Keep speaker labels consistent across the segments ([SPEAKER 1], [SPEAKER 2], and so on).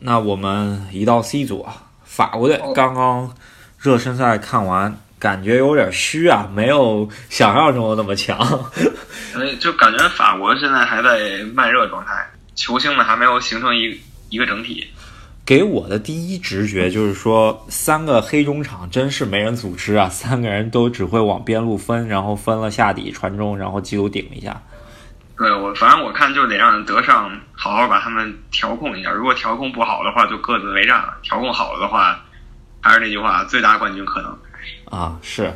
[SPEAKER 1] 那我们移到 C 组啊，法国队
[SPEAKER 2] 哦
[SPEAKER 1] 刚刚热身赛看完，感觉有点虚啊，没有想象中的那么强。
[SPEAKER 2] 因为就感觉法国现在还在慢热状态，球星们还没有形成一一个整体。
[SPEAKER 1] 给我的第一直觉就是说，三个黑中场真是没人组织啊，三个人都只会往边路分，然后分了下底传中，然后基鲁顶一下。
[SPEAKER 2] 对我，反正我看就得让德尚好好把他们调控一下。如果调控不好的话，就各自为战了；调控好了的话，还是那句话，最大冠军可能。
[SPEAKER 1] 啊，是，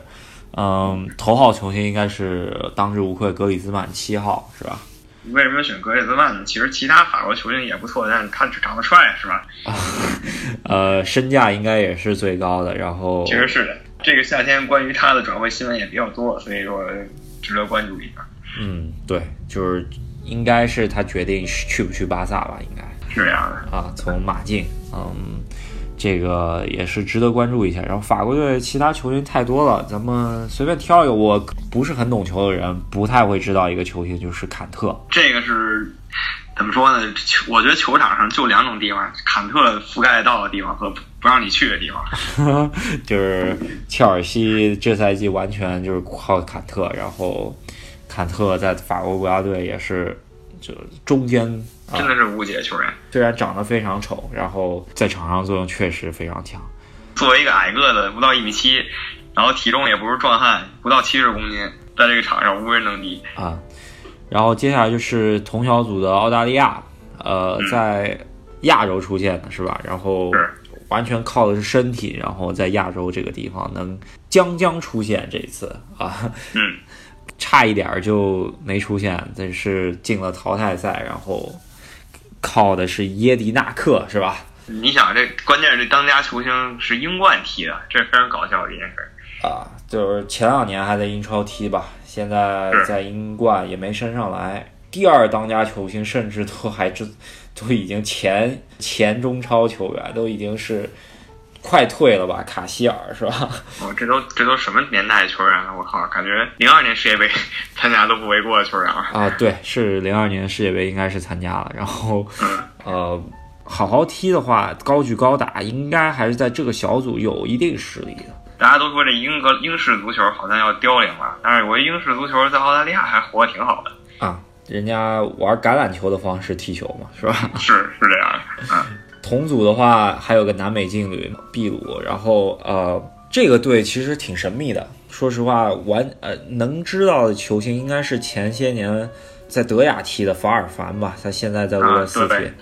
[SPEAKER 1] 嗯，头号球星应该是当之无愧格里兹曼七号是吧？
[SPEAKER 2] 为什么选格列兹曼呢？其实其他法国球星也不错，但是他只长得帅，是吧？
[SPEAKER 1] 呃，身价应该也是最高的，然后
[SPEAKER 2] 其实是的。这个夏天关于他的转会新闻也比较多，所以说值得关注一下。
[SPEAKER 1] 嗯，对，就是应该是他决定是去不去巴萨吧，应该
[SPEAKER 2] 是这样的，
[SPEAKER 1] 啊，从马竞，嗯，这个也是值得关注一下。然后法国队其他球星太多了，咱们随便挑一个。我不是很懂球的人，不太会知道一个球星，就是坎特。
[SPEAKER 2] 这个是怎么说呢？球我觉得球场上就两种地方：坎特覆盖到的地方和不不让你去的地方。
[SPEAKER 1] 就是切尔西这赛季完全就是靠坎特，然后坎特在法国国家队也是就中间啊
[SPEAKER 2] 真，的是无解球员。
[SPEAKER 1] 虽然长得非常丑，然后在场上作用确实非常强。
[SPEAKER 2] 作为一个矮个子，不到一米七，然后体重也不是壮汉，不到七十公斤，在这个场上无人能敌。
[SPEAKER 1] 啊。然后接下来就是同小组的澳大利亚，呃，在亚洲出现的是吧？然后
[SPEAKER 2] 是
[SPEAKER 1] 完全靠的是身体，然后在亚洲这个地方能将将出现这一次啊，
[SPEAKER 2] 嗯，
[SPEAKER 1] 差一点儿就没出现，但是进了淘汰赛，然后靠的是耶迪纳克是吧？
[SPEAKER 2] 你想这关键是这当家球星是英冠踢的，这是非常搞笑的一件事。
[SPEAKER 1] 啊，就是前两年还在英超踢吧，现在
[SPEAKER 2] 是
[SPEAKER 1] 在英冠也没升上来。第二当家球星甚至都还知，都已经前前中超球员，都已经是快退了吧？卡希尔是吧？
[SPEAKER 2] 我、哦这都这都什么年代的球员了？啊我靠，感觉零二年世界杯参加都不为过的球员了。
[SPEAKER 1] 啊，对，是零二年世界杯应该是参加了，然后
[SPEAKER 2] 嗯，
[SPEAKER 1] 呃，好好踢的话，高举高打，应该还是在这个小组有一定实力的。
[SPEAKER 2] 大家都说这英格英式足球好像要凋零了，但是我觉得英式足球在澳大利亚还活得挺好的。
[SPEAKER 1] 啊，人家玩橄榄球的方式踢球嘛，是吧？
[SPEAKER 2] 是是这样的，嗯，
[SPEAKER 1] 同组的话还有个南美劲旅秘鲁，然后呃，这个队其实挺神秘的。说实话，完呃能知道的球星应该是前些年在德甲踢的法尔凡吧，他现在在俄罗斯
[SPEAKER 2] 啊
[SPEAKER 1] 踢。
[SPEAKER 2] 对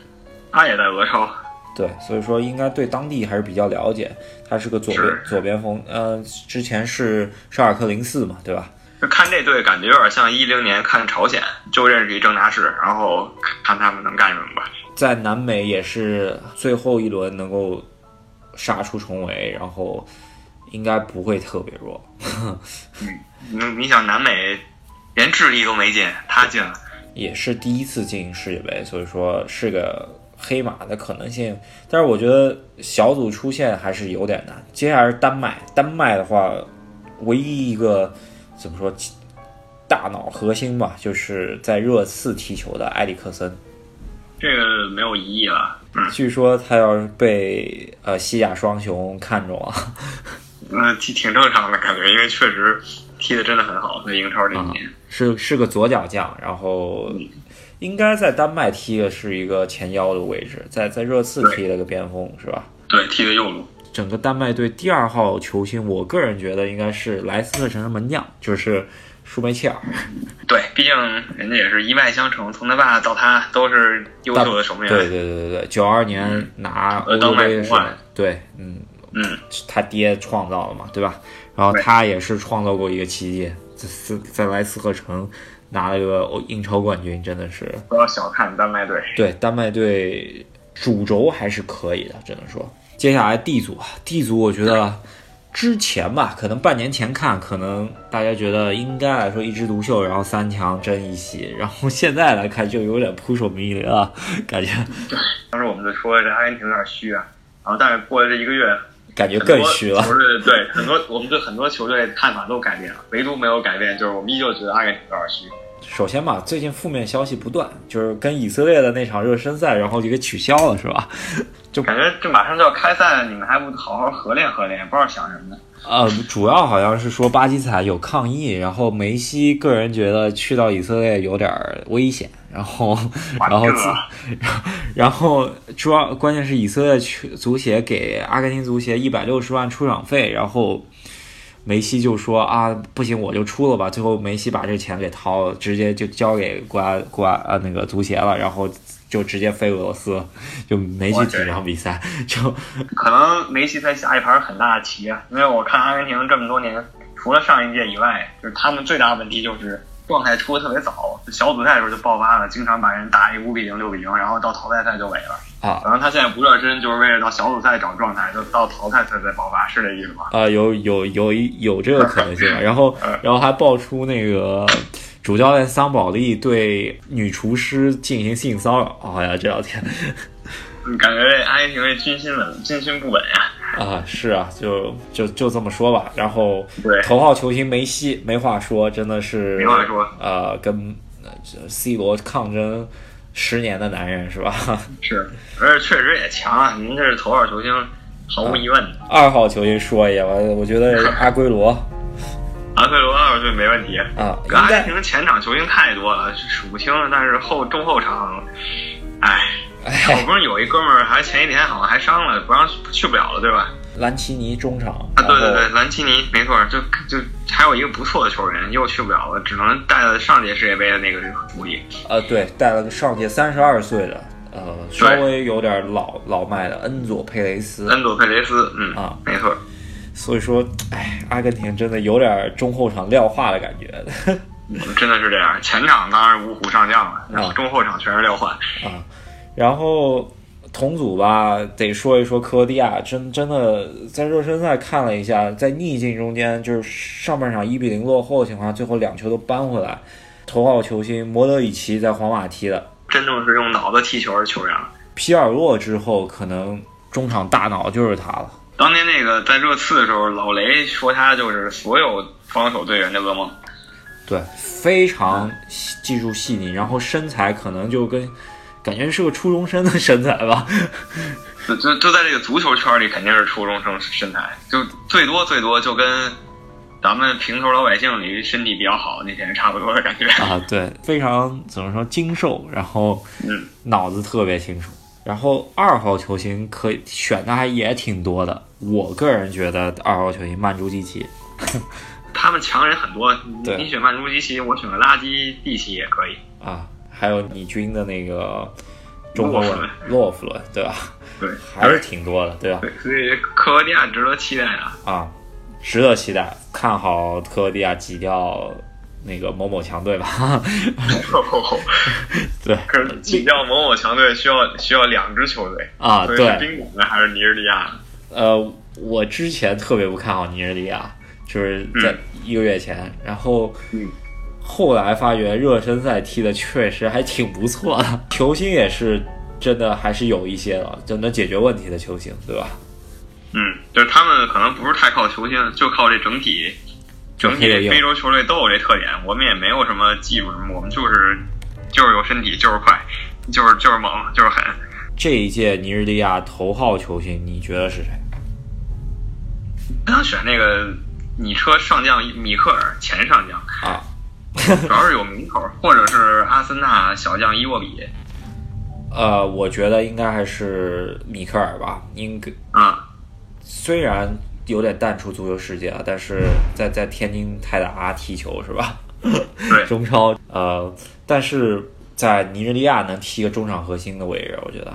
[SPEAKER 2] 他也在俄超。
[SPEAKER 1] 对，所以说应该对当地还是比较了解。他是个左边
[SPEAKER 2] 是
[SPEAKER 1] 左边锋，呃，之前是沙尔克零四嘛，对吧？
[SPEAKER 2] 就看这队，感觉有点像一零年看朝鲜，就认识一正大士，然后看他们能干什么吧。
[SPEAKER 1] 在南美也是最后一轮能够杀出重围，然后应该不会特别弱。
[SPEAKER 2] 你你想南美，连智利都没进，他进了，
[SPEAKER 1] 也是第一次进世界杯，所以说是个黑马的可能性。但是我觉得小组出线还是有点难。接下来是丹麦，丹麦的话，唯一一个怎么说大脑核心吧，就是在热刺踢球的埃里克森。
[SPEAKER 2] 这个没有疑义了。嗯，
[SPEAKER 1] 据说他要是被呃西甲双雄看中啊，
[SPEAKER 2] 那挺挺正常的感觉，因为确实踢的真的很好，在英超这几年。
[SPEAKER 1] 是是个左脚将，然后应该在丹麦踢的是一个前腰的位置，在在热刺踢了个边锋是吧？
[SPEAKER 2] 对，踢的右路。
[SPEAKER 1] 整个丹麦队第二号球星，我个人觉得应该是莱斯特城的门将，就是舒梅切尔。
[SPEAKER 2] 对，毕竟人家也是一脉相承，从他爸到他都是优秀的守门
[SPEAKER 1] 对对
[SPEAKER 2] 员。
[SPEAKER 1] 对对对，九二年拿欧洲杯的时候，对，嗯，
[SPEAKER 2] 嗯，
[SPEAKER 1] 他爹创造了嘛，对吧？然后他也是创造过一个奇迹，在斯在莱斯特城拿了个欧英超冠军，真的是
[SPEAKER 2] 不要小看丹麦队，
[SPEAKER 1] 对丹麦队主轴还是可以的，只能说。接下来 D 组啊，D 组我觉得之前吧，可能半年前看，可能大家觉得应该来说一枝独秀，然后三强争一席，然后现在来看就有点扑朔迷离了，感觉
[SPEAKER 2] 当时我们就说这阿根廷有点虚啊，然后但是过了这一个月，
[SPEAKER 1] 感觉
[SPEAKER 2] 很
[SPEAKER 1] 更
[SPEAKER 2] 多
[SPEAKER 1] 虚了。
[SPEAKER 2] 球队对很多，我们对很多球队看法都改变了，唯独没有改变，就是我们依旧觉得阿根廷有点虚。
[SPEAKER 1] 首先吧，最近负面消息不断，就是跟以色列的那场热身赛，然后就给取消了，是吧？
[SPEAKER 2] 感觉这马上就要开赛了，你们还不好好合练合练，不知道想什么呢。
[SPEAKER 1] 呃，主要好像是说巴基斯坦有抗议，然后梅西个人觉得去到以色列有点儿危险，然后
[SPEAKER 2] 哇
[SPEAKER 1] 然后
[SPEAKER 2] 这
[SPEAKER 1] 自 然后主要关键是以色列去足协给阿根廷足协一百六十万出场费，然后梅西就说啊不行我就出了吧，最后梅西把这钱给掏了，直接就交给国家国家呃那个足协了，然后就直接飞俄罗斯，就没去
[SPEAKER 2] 哇
[SPEAKER 1] 踢
[SPEAKER 2] 这
[SPEAKER 1] 这场比赛，就
[SPEAKER 2] 可能梅西才下一盘很大的棋啊，因为我看阿根廷这么多年，除了上一届以外，就是他们最大的问题就是状态出的特别早，小组赛的时候就爆发了，经常把人打一五比零、六比零，然后到淘汰赛就萎了。
[SPEAKER 1] 啊
[SPEAKER 2] 可能他现在不热身，就是为了到小组赛找状态，就到淘汰赛再爆发，是这意思吧？
[SPEAKER 1] 啊、有有有一有这个可能性吧。啊然 后，
[SPEAKER 2] 嗯
[SPEAKER 1] 然后还爆出那个主教练桑保利对女厨师进行性骚扰，好、像这两天
[SPEAKER 2] 嗯感觉这阿根廷这军心稳，军心不稳呀、
[SPEAKER 1] 啊，是啊，就就就这么说吧。然后
[SPEAKER 2] 对，
[SPEAKER 1] 头号球星梅西没话说，真的是
[SPEAKER 2] 没话说
[SPEAKER 1] 呃，跟呃 C 罗抗争十年的男人是吧？
[SPEAKER 2] 是，而且确实也强啊！您这是头号球星，毫无疑问的。
[SPEAKER 1] 二号球星说一下吧，我觉得阿圭罗
[SPEAKER 2] 阿奎罗二队没问题。
[SPEAKER 1] 啊，
[SPEAKER 2] 阿
[SPEAKER 1] 应
[SPEAKER 2] 根
[SPEAKER 1] 该
[SPEAKER 2] 廷前场球星太多了，是数不清。但是后中后场，哎，好不容易有一哥们儿，还前一天好像还伤了，不让去不了了，对吧？
[SPEAKER 1] 兰奇尼中场，
[SPEAKER 2] 啊，对对
[SPEAKER 1] 然后
[SPEAKER 2] 对，兰奇尼没错，就就还有一个不错的球员又去不了了，只能带了上届世界杯的那个主力。
[SPEAKER 1] 呃，对，带了个上届三十二岁的，呃，稍微有点老老迈的恩佐佩雷斯
[SPEAKER 2] 恩佐佩雷斯，嗯，
[SPEAKER 1] 啊，
[SPEAKER 2] 没错。
[SPEAKER 1] 所以说，哎，阿根廷真的有点中后场廖化的感觉
[SPEAKER 2] 真的是这样，前场当然五虎上将了，然后中后场全是廖换。
[SPEAKER 1] 啊。然后同组吧，得说一说克罗地亚，真真的在热身赛看了一下，在逆境中间，就是上半场一比零落后的情况下，最后两球都扳回来。头号球星莫德里奇在皇马踢的，
[SPEAKER 2] 真正是用脑子踢球的球员了。
[SPEAKER 1] 皮尔洛之后，可能中场大脑就是他了。
[SPEAKER 2] 当年那个在热刺的时候，老雷说他就是所有防守队员的噩梦。
[SPEAKER 1] 对，非常细技术细腻，然后身材可能就跟感觉是个初中生的身材吧。
[SPEAKER 2] 就就就在这个足球圈里，肯定是初中生身材，就最多最多就跟咱们平头老百姓里身体比较好那些人差不多的感觉。
[SPEAKER 1] 啊，对，非常怎么说精瘦，然后
[SPEAKER 2] 嗯，
[SPEAKER 1] 脑子特别清楚。然后二号球星可以选的还也挺多的，我个人觉得二号球星曼朱基奇
[SPEAKER 2] 他们强人很多，
[SPEAKER 1] 对
[SPEAKER 2] 你选曼朱基奇，我选个垃圾地奇也可以。
[SPEAKER 1] 啊，还有你军的那个中国
[SPEAKER 2] 洛夫
[SPEAKER 1] 人
[SPEAKER 2] 伦
[SPEAKER 1] 洛夫伦，对吧？
[SPEAKER 2] 对，
[SPEAKER 1] 还是挺多的，对吧？
[SPEAKER 2] 对，所以克罗地亚值得期待啊。
[SPEAKER 1] 啊，值得期待，看好克罗地亚挤掉那个某某强队吧。对
[SPEAKER 2] 可是挤掉某某强队需要需要两支球队，
[SPEAKER 1] 啊，
[SPEAKER 2] 所以是
[SPEAKER 1] 对，
[SPEAKER 2] 冰岛的还是尼日利亚的？
[SPEAKER 1] 呃，我之前特别不看好尼日利亚，就是在一个月前，然后
[SPEAKER 2] 嗯
[SPEAKER 1] 后来发觉热身赛踢的确实还挺不错的，球星也是真的还是有一些的，就能解决问题的球星，对吧？
[SPEAKER 2] 嗯，就是他们可能不是太靠球星，就靠这整体整体
[SPEAKER 1] 黑人
[SPEAKER 2] 非洲球队都有这特点。我们也没有什么技术什么，我们就是就是有身体，就是快，就是就是猛，就是狠。
[SPEAKER 1] 这一届尼日利亚头号球星，你觉得是谁？
[SPEAKER 2] 刚想选那个米车上将米克尔前上将，
[SPEAKER 1] 啊，
[SPEAKER 2] 主要是有名头，或者是阿森纳小将伊沃比
[SPEAKER 1] 呃，我觉得应该还是米克尔吧，应该
[SPEAKER 2] 啊、
[SPEAKER 1] 虽然有点淡出足球世界啊，但是在在天津泰达踢球是吧？
[SPEAKER 2] 对
[SPEAKER 1] 中超呃，但是在尼日利亚能踢个中场核心的位置，我觉得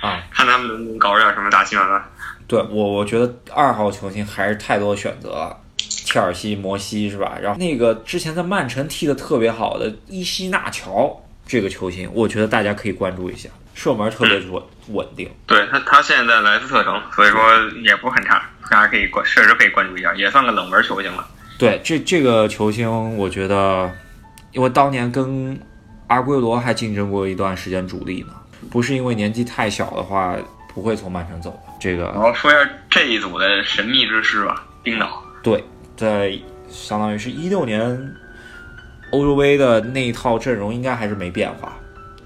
[SPEAKER 1] 啊，
[SPEAKER 2] 看他们能不能搞点什么大新闻。
[SPEAKER 1] 对我我觉得二号球星还是太多选择了。切尔西、摩西是吧？然后那个之前在曼城踢的特别好的伊西纳乔这个球星，我觉得大家可以关注一下，射门特别稳稳定。
[SPEAKER 2] 对他，他现在在莱斯特城，所以说也不是很差，大家可以关，确实可以关注一下，也算个冷门球星了。
[SPEAKER 1] 对，这这个球星，我觉得，因为当年跟阿圭罗还竞争过一段时间主力呢，不是因为年纪太小的话，不会从曼城走的。这
[SPEAKER 2] 然
[SPEAKER 1] 个
[SPEAKER 2] 后说一下这一组的神秘之师吧，冰岛。
[SPEAKER 1] 对，在相当于是一六年欧洲杯的那一套阵容应该还是没变化，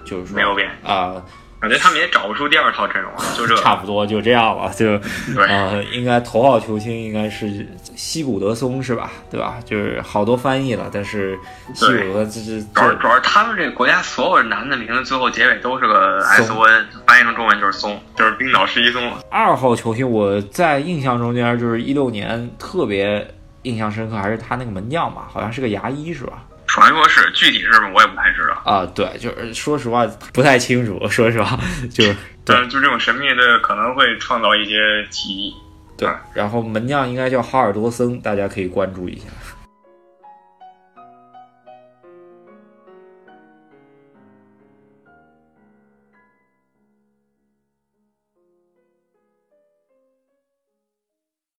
[SPEAKER 1] 就是说
[SPEAKER 2] 没有变
[SPEAKER 1] 啊、
[SPEAKER 2] 感觉他们也找不出第二套阵容了，就这。
[SPEAKER 1] 差不多就这样吧，就
[SPEAKER 2] 对
[SPEAKER 1] 啊、应该头号球星应该是西古德松是吧？对吧？就是好多翻译了，但是西古德这是
[SPEAKER 2] 主要
[SPEAKER 1] 这
[SPEAKER 2] 主要是他们这个国家所有男的名字最后结尾都是个 S
[SPEAKER 1] 松
[SPEAKER 2] O N，翻译成中文就是松，就是冰岛十一松。
[SPEAKER 1] 二号球星，我在印象中间就是一六年特别印象深刻，还是他那个门将吧，好像是个牙医是吧？
[SPEAKER 2] 传说是具体是什么我也不太知道，
[SPEAKER 1] 啊，对，就是说实话不太清楚，说实话就是对
[SPEAKER 2] 但是就这种神秘的可能会创造一些歧义。
[SPEAKER 1] 对。然后门将应该叫哈尔多森，大家可以关注一下。